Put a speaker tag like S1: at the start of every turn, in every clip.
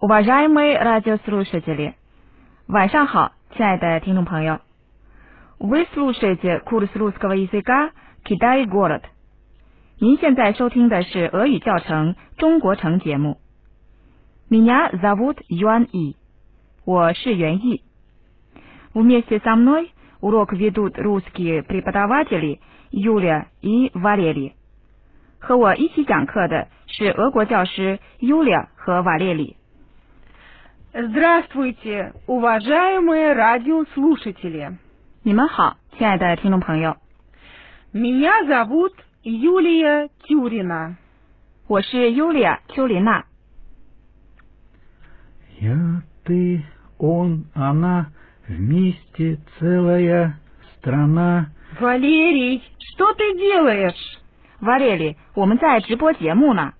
S1: уважаемые радиослушатели. 晚上好，亲爱的听众朋友。Вы слушаете курс русского языка Китай город。您现在收听的是俄语教程《中国城》节目。Меня зовут Юан И，我是袁毅。Вместе со мной урок ведут русские преподаватели Юлия и Валерий。和我一起讲课的是俄国教师 Юлия 和瓦列里。
S2: Здравствуйте, уважаемые радиослушатели.
S1: 你们好，亲爱的听众朋友，
S2: Меня зовут Юлия Тюрина.
S1: 我是 Yulia 丘琳娜。
S3: Я, ты, он, она, вместе целая страна.
S2: Валерий, что ты делаешь?
S1: Валерий，我们在直播节目呢。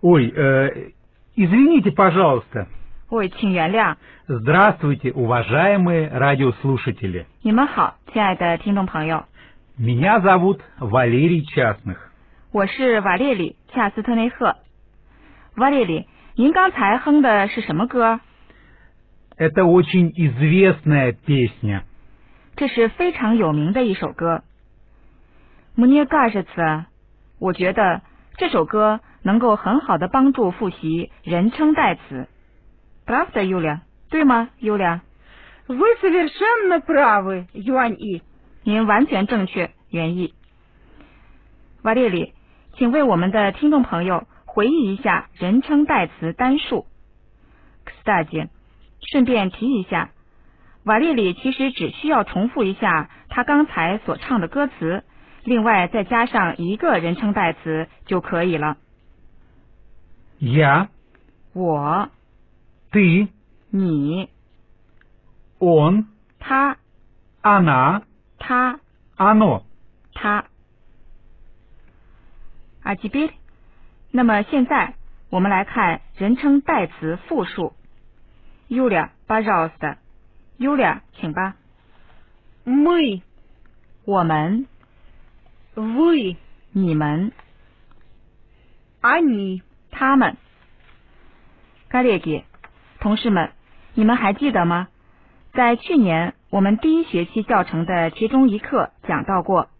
S3: Ой, э, извините, пожалуйста.
S1: 喂，请原谅。
S3: Здравствуйте, уважаемые радиослушатели.
S1: 你们好，亲爱的听众朋友，
S3: Меня зовут Валерий Частных.
S1: 我是瓦列里恰斯特内赫。瓦列里，您刚才哼的是什么歌？
S3: Это очень известная песня.
S1: 这是非常有名的一首歌。Мне кажется，我觉得这首歌能够很好的帮助复习人称代词。Правда, Юля？对吗，Юля？
S2: Вы совершенно правы, Юань И.
S1: 您完全正确，原意。瓦列里，请为我们的听众朋友回忆一下人称代词单数。Кстати，顺便提一下，瓦列里其实只需要重复一下他刚才所唱的歌词，另外再加上一个人称代词就可以了。
S3: Я,
S1: 我、
S3: ты,
S1: 你、
S3: он,
S1: 他、
S3: она,
S1: 他、
S3: оно.
S1: 他。阿基比。那么现在我们来看人称代词复数。Yulia, пожалуйста. Yulia，请吧。
S2: Мы,
S1: 我们、
S2: вы,
S1: 你们、
S2: они.
S1: 他们。g a l e g 同事们，你们还记得吗？在去年我们第一学期教程的其中一课讲到过，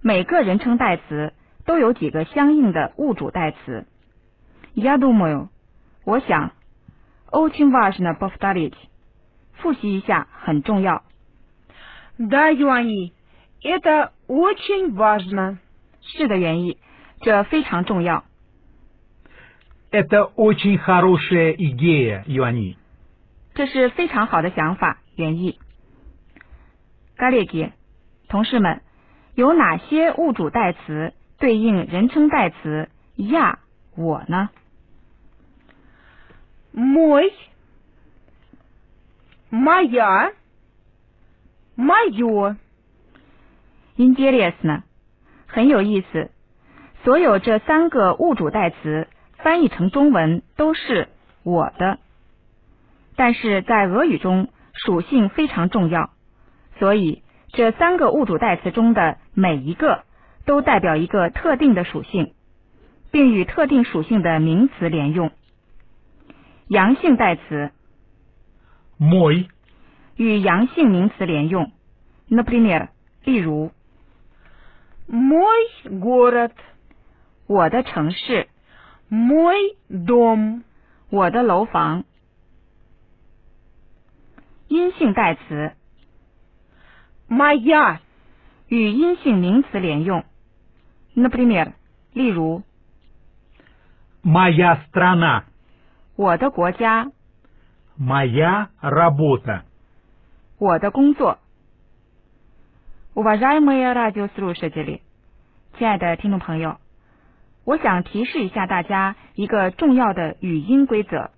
S1: 每个人称代词都有几个相应的物主代词。Я думаю，我想，очень важно повторить，复习一下很重要。
S2: Да, Юань И, это очень важно.
S1: 是的，原意，这非常重要。
S3: Это очень хорошая идея, Юани.
S1: 这是非常好的想法，原意。g a l e g 同事们，有哪些物主代词对应人称代词呀我呢？
S2: Мой, моя, мое.
S1: Injurious 呢？很有意思。所有这三个物主代词翻译成中文都是“我的”，但是在俄语中属性非常重要，所以这三个物主代词中的每一个都代表一个特定的属性，并与特定属性的名词连用。阳性代词
S3: Мой,
S1: 与阳性名词连用 n a p r i m e r 例如
S2: Мой город,
S1: 我的城市、
S2: мой дом,
S1: 我的楼房。阴性代词
S2: моя
S1: 与阴性名词连用 n a p r i m e r 例如
S3: моя страна,
S1: 我的国家、
S3: моя работа.
S1: 我的工作。Уважаемые радиослушатели，亲爱的听众朋友，我想提示一下大家一个重要的语音规则。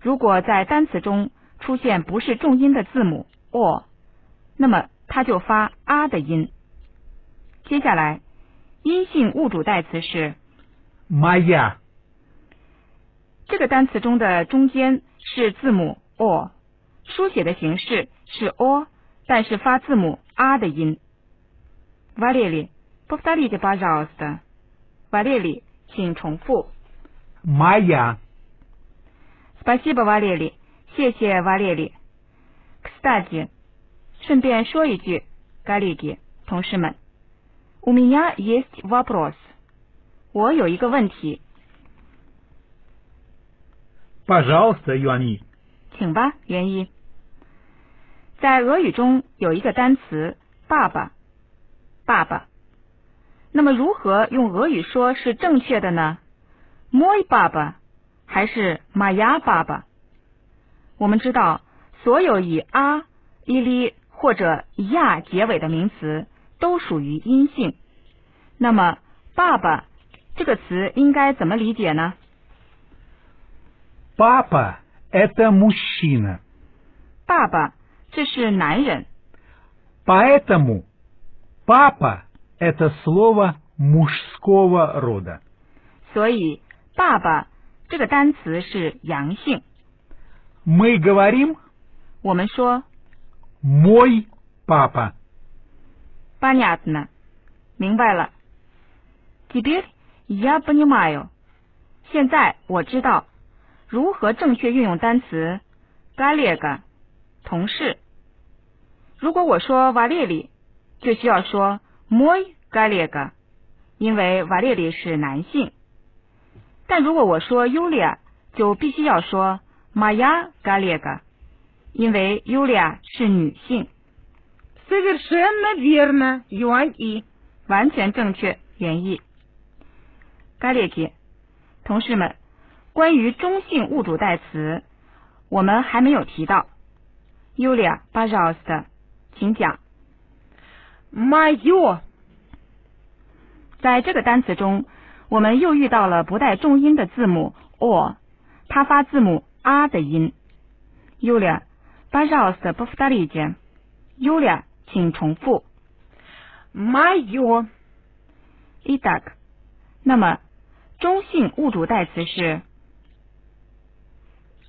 S1: 如果在单词中出现不是重音的字母 o，那么它就发啊的音。接下来，阴性物主代词是
S3: моя,
S1: 这个单词中的中间是字母 o，书写的形式是 o，但是发字母啊的音。Валерий, повторите, пожалуйста. Валерий, 请重复。
S3: моя,
S1: Спасибо, Валерий. 谢谢 Валерий. Кстати, 顺便说一句，коллеги，同事们，у меня есть вопрос. 我有一个问题，
S3: пожалуйста, Юани.
S1: 请吧，原一。在俄语中有一个单词“爸爸”，爸爸。那么如何用俄语说是正确的呢？“мой 爸爸”还是 “моя 爸爸”？我们知道，所有以“啊”、“伊哩”或者“呀”结尾的名词都属于阴性。那么“爸爸”这个词应该怎么理解呢？
S3: Папа – это мужчина,
S1: 爸爸，这是男人，
S3: поэтому папа – это слово мужского рода.
S1: 所以“爸爸”这个单词是阳性。
S3: Мы говорим
S1: 我们说
S3: «мой папа».
S1: p o n я т н о 明白了。Теперь я понимаю，现在我知道如何正确运用单词 коллега，同事。如果我说 Валерий，就需要说 мой коллега，因为 Валерий 是男性。但如果我说 Yulia，就必须要说 моя коллега，因为 Yulia 是女性。
S2: Совершенно верно, Юань И.
S1: 完全正确原意。g a l i 同事们，关于中性物主代词，我们还没有提到。Yulia b a z h o s t 请讲。
S2: Мое.
S1: 在这个单词中，我们又遇到了不带重音的字母 o，它发字母啊的音。Yulia b a z h o s t p o v t a r i j Yulia，请重复。
S2: Мое.
S1: Итак，那么中性物主代词是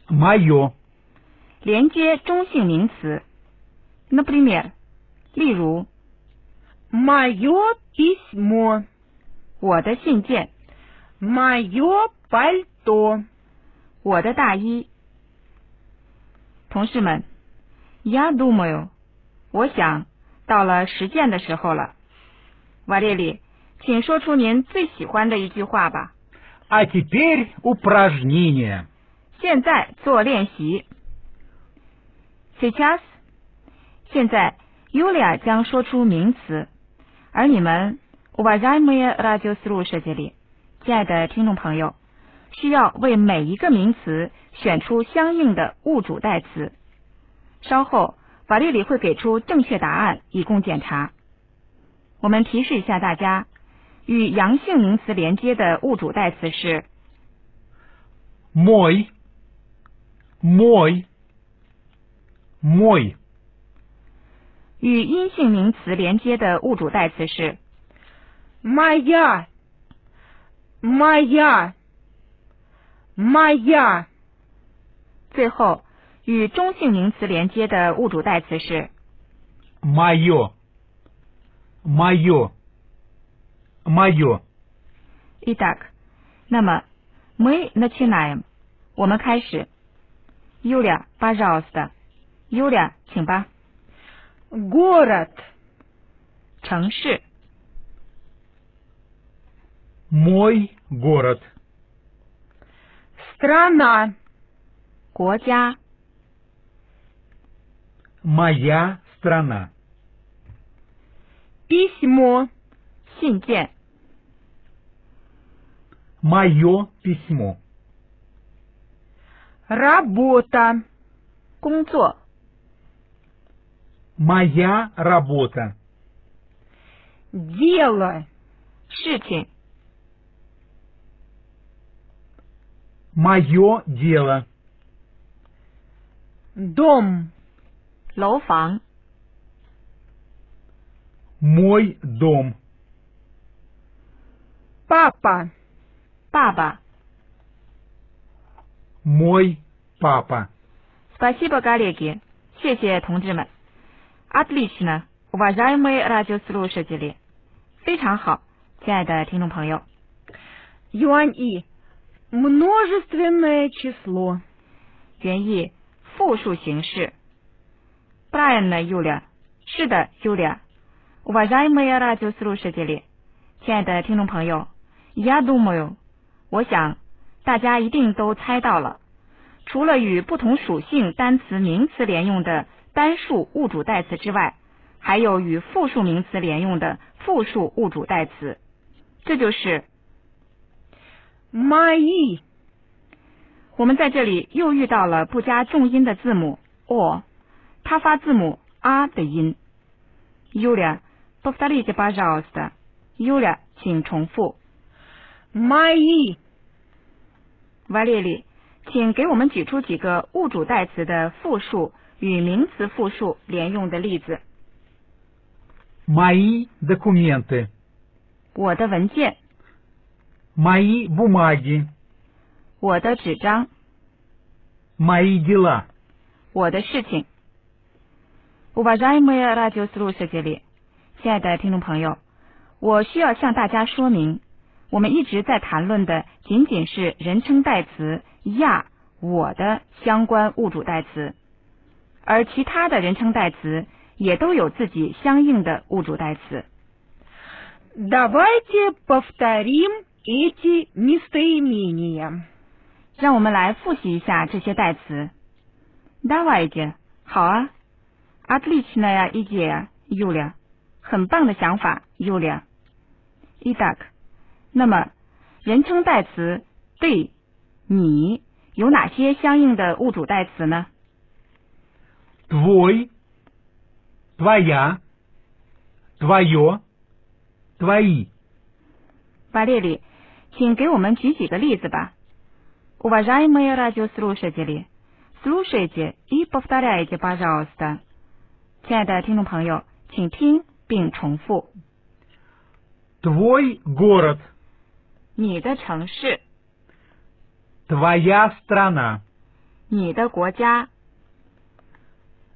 S3: Мое,
S1: 连接中性名词。Например，例如
S2: Мое письмо.
S1: 我的信件、
S2: Мое пальто.
S1: 我的大衣。同事们，Я думаю，我想到了实践的时候了。瓦列里，请说出您最喜欢的一句话吧。
S3: а теперь упражнение.
S1: 现在做练习。Сейчас，现在 Юлия 将说出名词，而你们 уважаемые радиослушатели，亲爱的听众朋友，需要为每一个名词选出相应的物主代词。稍后，法律里会给出正确答案以供检查。我们提示一下大家，与阳性名词连接的物主代词是
S3: Мой, мой, мой,
S1: 与阴性名词连接的物主代词是
S2: Моя. Моя. Моя.
S1: 最后，与中性名词连接的物主代词是
S3: мое, мое, мое.
S1: idak。那么，мы начинаем，我们开始。Юля, пожалуйста。Юля，请吧。
S2: Город.
S1: 城市，
S3: Мой город,
S2: Страна.
S1: 国家，
S3: моя страна,
S2: Письмо.
S1: 信件，
S3: мое письмо,
S2: Работа.
S1: 工作，
S3: моя работа,
S2: Дело.
S1: 事情，
S3: мое дело,
S2: Дом.
S1: 楼房、
S3: Мой дом.
S2: Папа.
S1: 爸爸。
S3: Мой папа.
S1: Спасибо, коллеги.谢谢同志们。Отлично, уважаемые радиослушатели. 非常好，亲爱的听众朋友。
S2: Юань-И. Множественное число.
S1: 原意复数形式。Правильно, Юля。是的，Юля。Уважаемые радиослушатели，亲爱的听众朋友，Я думаю，我想大家一定都猜到了。除了与不同属性单词、名词连用的单数物主代词之外，还有与复数名词连用的复数物主代词。这就是。
S2: Мои.
S1: 我们在这里又遇到了不加重音的字母 o，它发字母 r 的音。Yulia, повторите, пожалуйста. Yulia，请重复。
S2: Мои.
S1: Валерий，请给我们举出几个物主代词的复数与名词复数连用的例子。
S3: Мои документы.
S1: 我的文件，
S3: Мои бумаги.
S1: 我的纸张，
S3: Мои дела.
S1: 我的事情。Уважаемые радиослушатели，亲爱的听众朋友，我需要向大家说明，我们一直在谈论的仅仅是人称代词“呀”我的相关物主代词，而其他的人称代词也都有自己相应的物主代词。
S2: Давайте повторим эти местоимения.
S1: 让我们来复习一下这些代词。Давайте，好啊。Отличная идея, Юля。很棒的想法，Юля。Итак，那么人称代词对你有哪些相应的物主代词呢？
S3: Твой. Твоя. Твое. Твои.
S1: 瓦列里，请给我们举几个例子吧。Уважаемые радиослушатели, слушайте и повторяйте, пожалуйста。亲爱的听众朋友，请听并重复。
S3: Твой город.
S1: 你的城市、
S3: Твоя страна.
S1: 你的国家、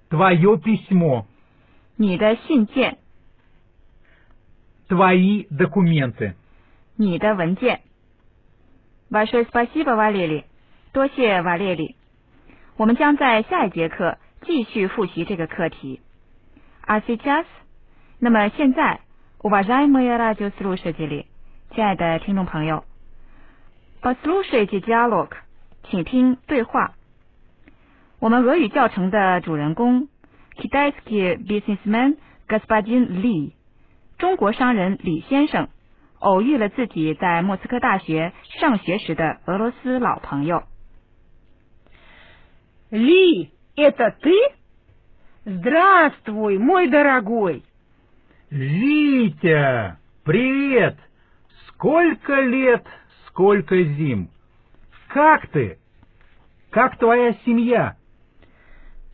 S3: Твое письмо.
S1: 你的信件、
S3: Твои документы.
S1: 你的文件。Большое спасибо, Валерий。多谢瓦列里。我们将在下一节课继续复习这个课题。А сейчас，那么现在，уважаемые радиослушатели，亲爱的听众朋友，послушайте диалог，请听对话。我们俄语教程的主人公，китайский бизнесмен господин Ли，中国商人李先生，偶遇了自己在莫斯科大学上学时的俄罗斯老朋友。
S2: Ли, это ты? Здравствуй, мой дорогой.
S3: Витя, привет! Сколько лет, сколько зим! Как ты? Как твоя семья?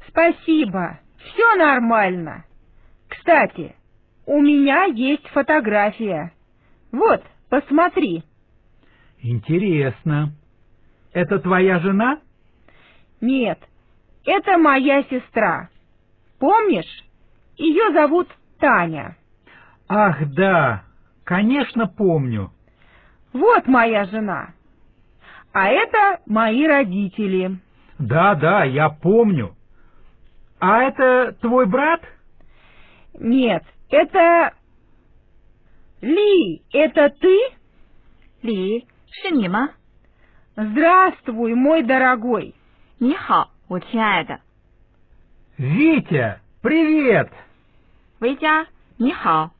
S2: Спасибо. Все нормально. Кстати, у меня есть фотография. Вот, посмотри.
S3: Интересно. Это твоя жена?
S2: Нет, это моя сестра. Помнишь? Ее зовут Таня.
S3: Ах, да, конечно помню.
S2: Вот моя жена. А это мои родители.
S3: Да, да, я помню. А это твой брат?
S2: Нет, это... Ли, это ты?
S1: 李，是你吗？
S2: Здравствуй, мой дорогой.
S1: 你好，我亲爱的。
S3: Витя, привет!
S1: 维嘉，你好，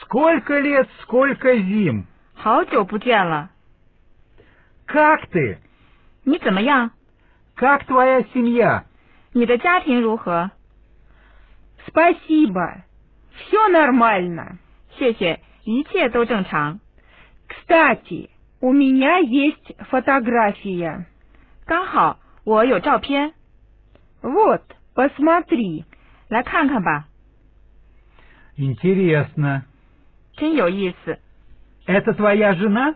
S3: Сколько лет, сколько зим!
S1: 好久不见了，
S3: Как ты?
S1: 你怎么样？
S3: Как твоя семья?
S1: 你的家庭如何？
S2: Спасибо. Все нормально.
S1: 谢谢，一切都正常。
S2: Кстати, у меня есть фотография.
S1: 刚好我有照片，
S2: Вот, посмотри.
S1: 来看看吧，
S3: Интересно.
S1: 真有意思。
S3: Это твоя жена?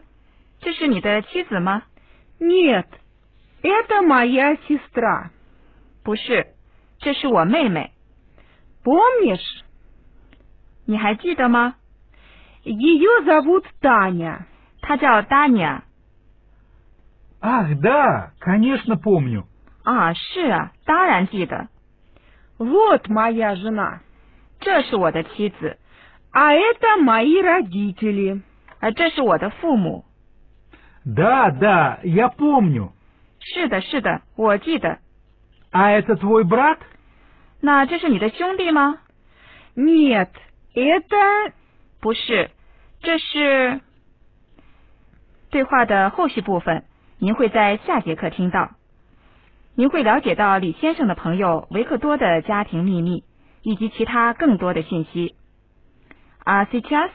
S1: 这是你的妻子吗？
S2: Нет, это моя сестра.
S1: 不是，这是我妹妹。
S2: Помнишь?
S1: 你还记得吗？
S2: Ее зовут Таня.
S1: 她叫达尼亚。
S3: Ах, да, конечно, помню.
S1: 啊，是啊，当然记得。
S2: Вот моя жена.
S1: 这是我的妻子，
S2: А это мои родители.
S1: 而这是我的父母。
S3: Да, да, я помню.
S1: 是的，是的，我记得。
S3: А это твой брат?
S1: 那这是你的兄弟吗？
S2: Нет, это...
S1: 不是，这是对话的后续部分，您会在下节课听到。您会了解到李先生的朋友维克多的家庭秘密以及其他更多的信息。啊，сейчас，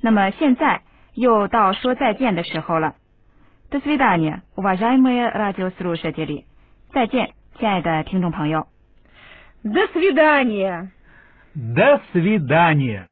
S1: 那么现在又到说再见的时候了。До свидания, уважаемые радиослушатели。再见，亲爱的听众朋友。
S2: До свидания.
S3: До свидания.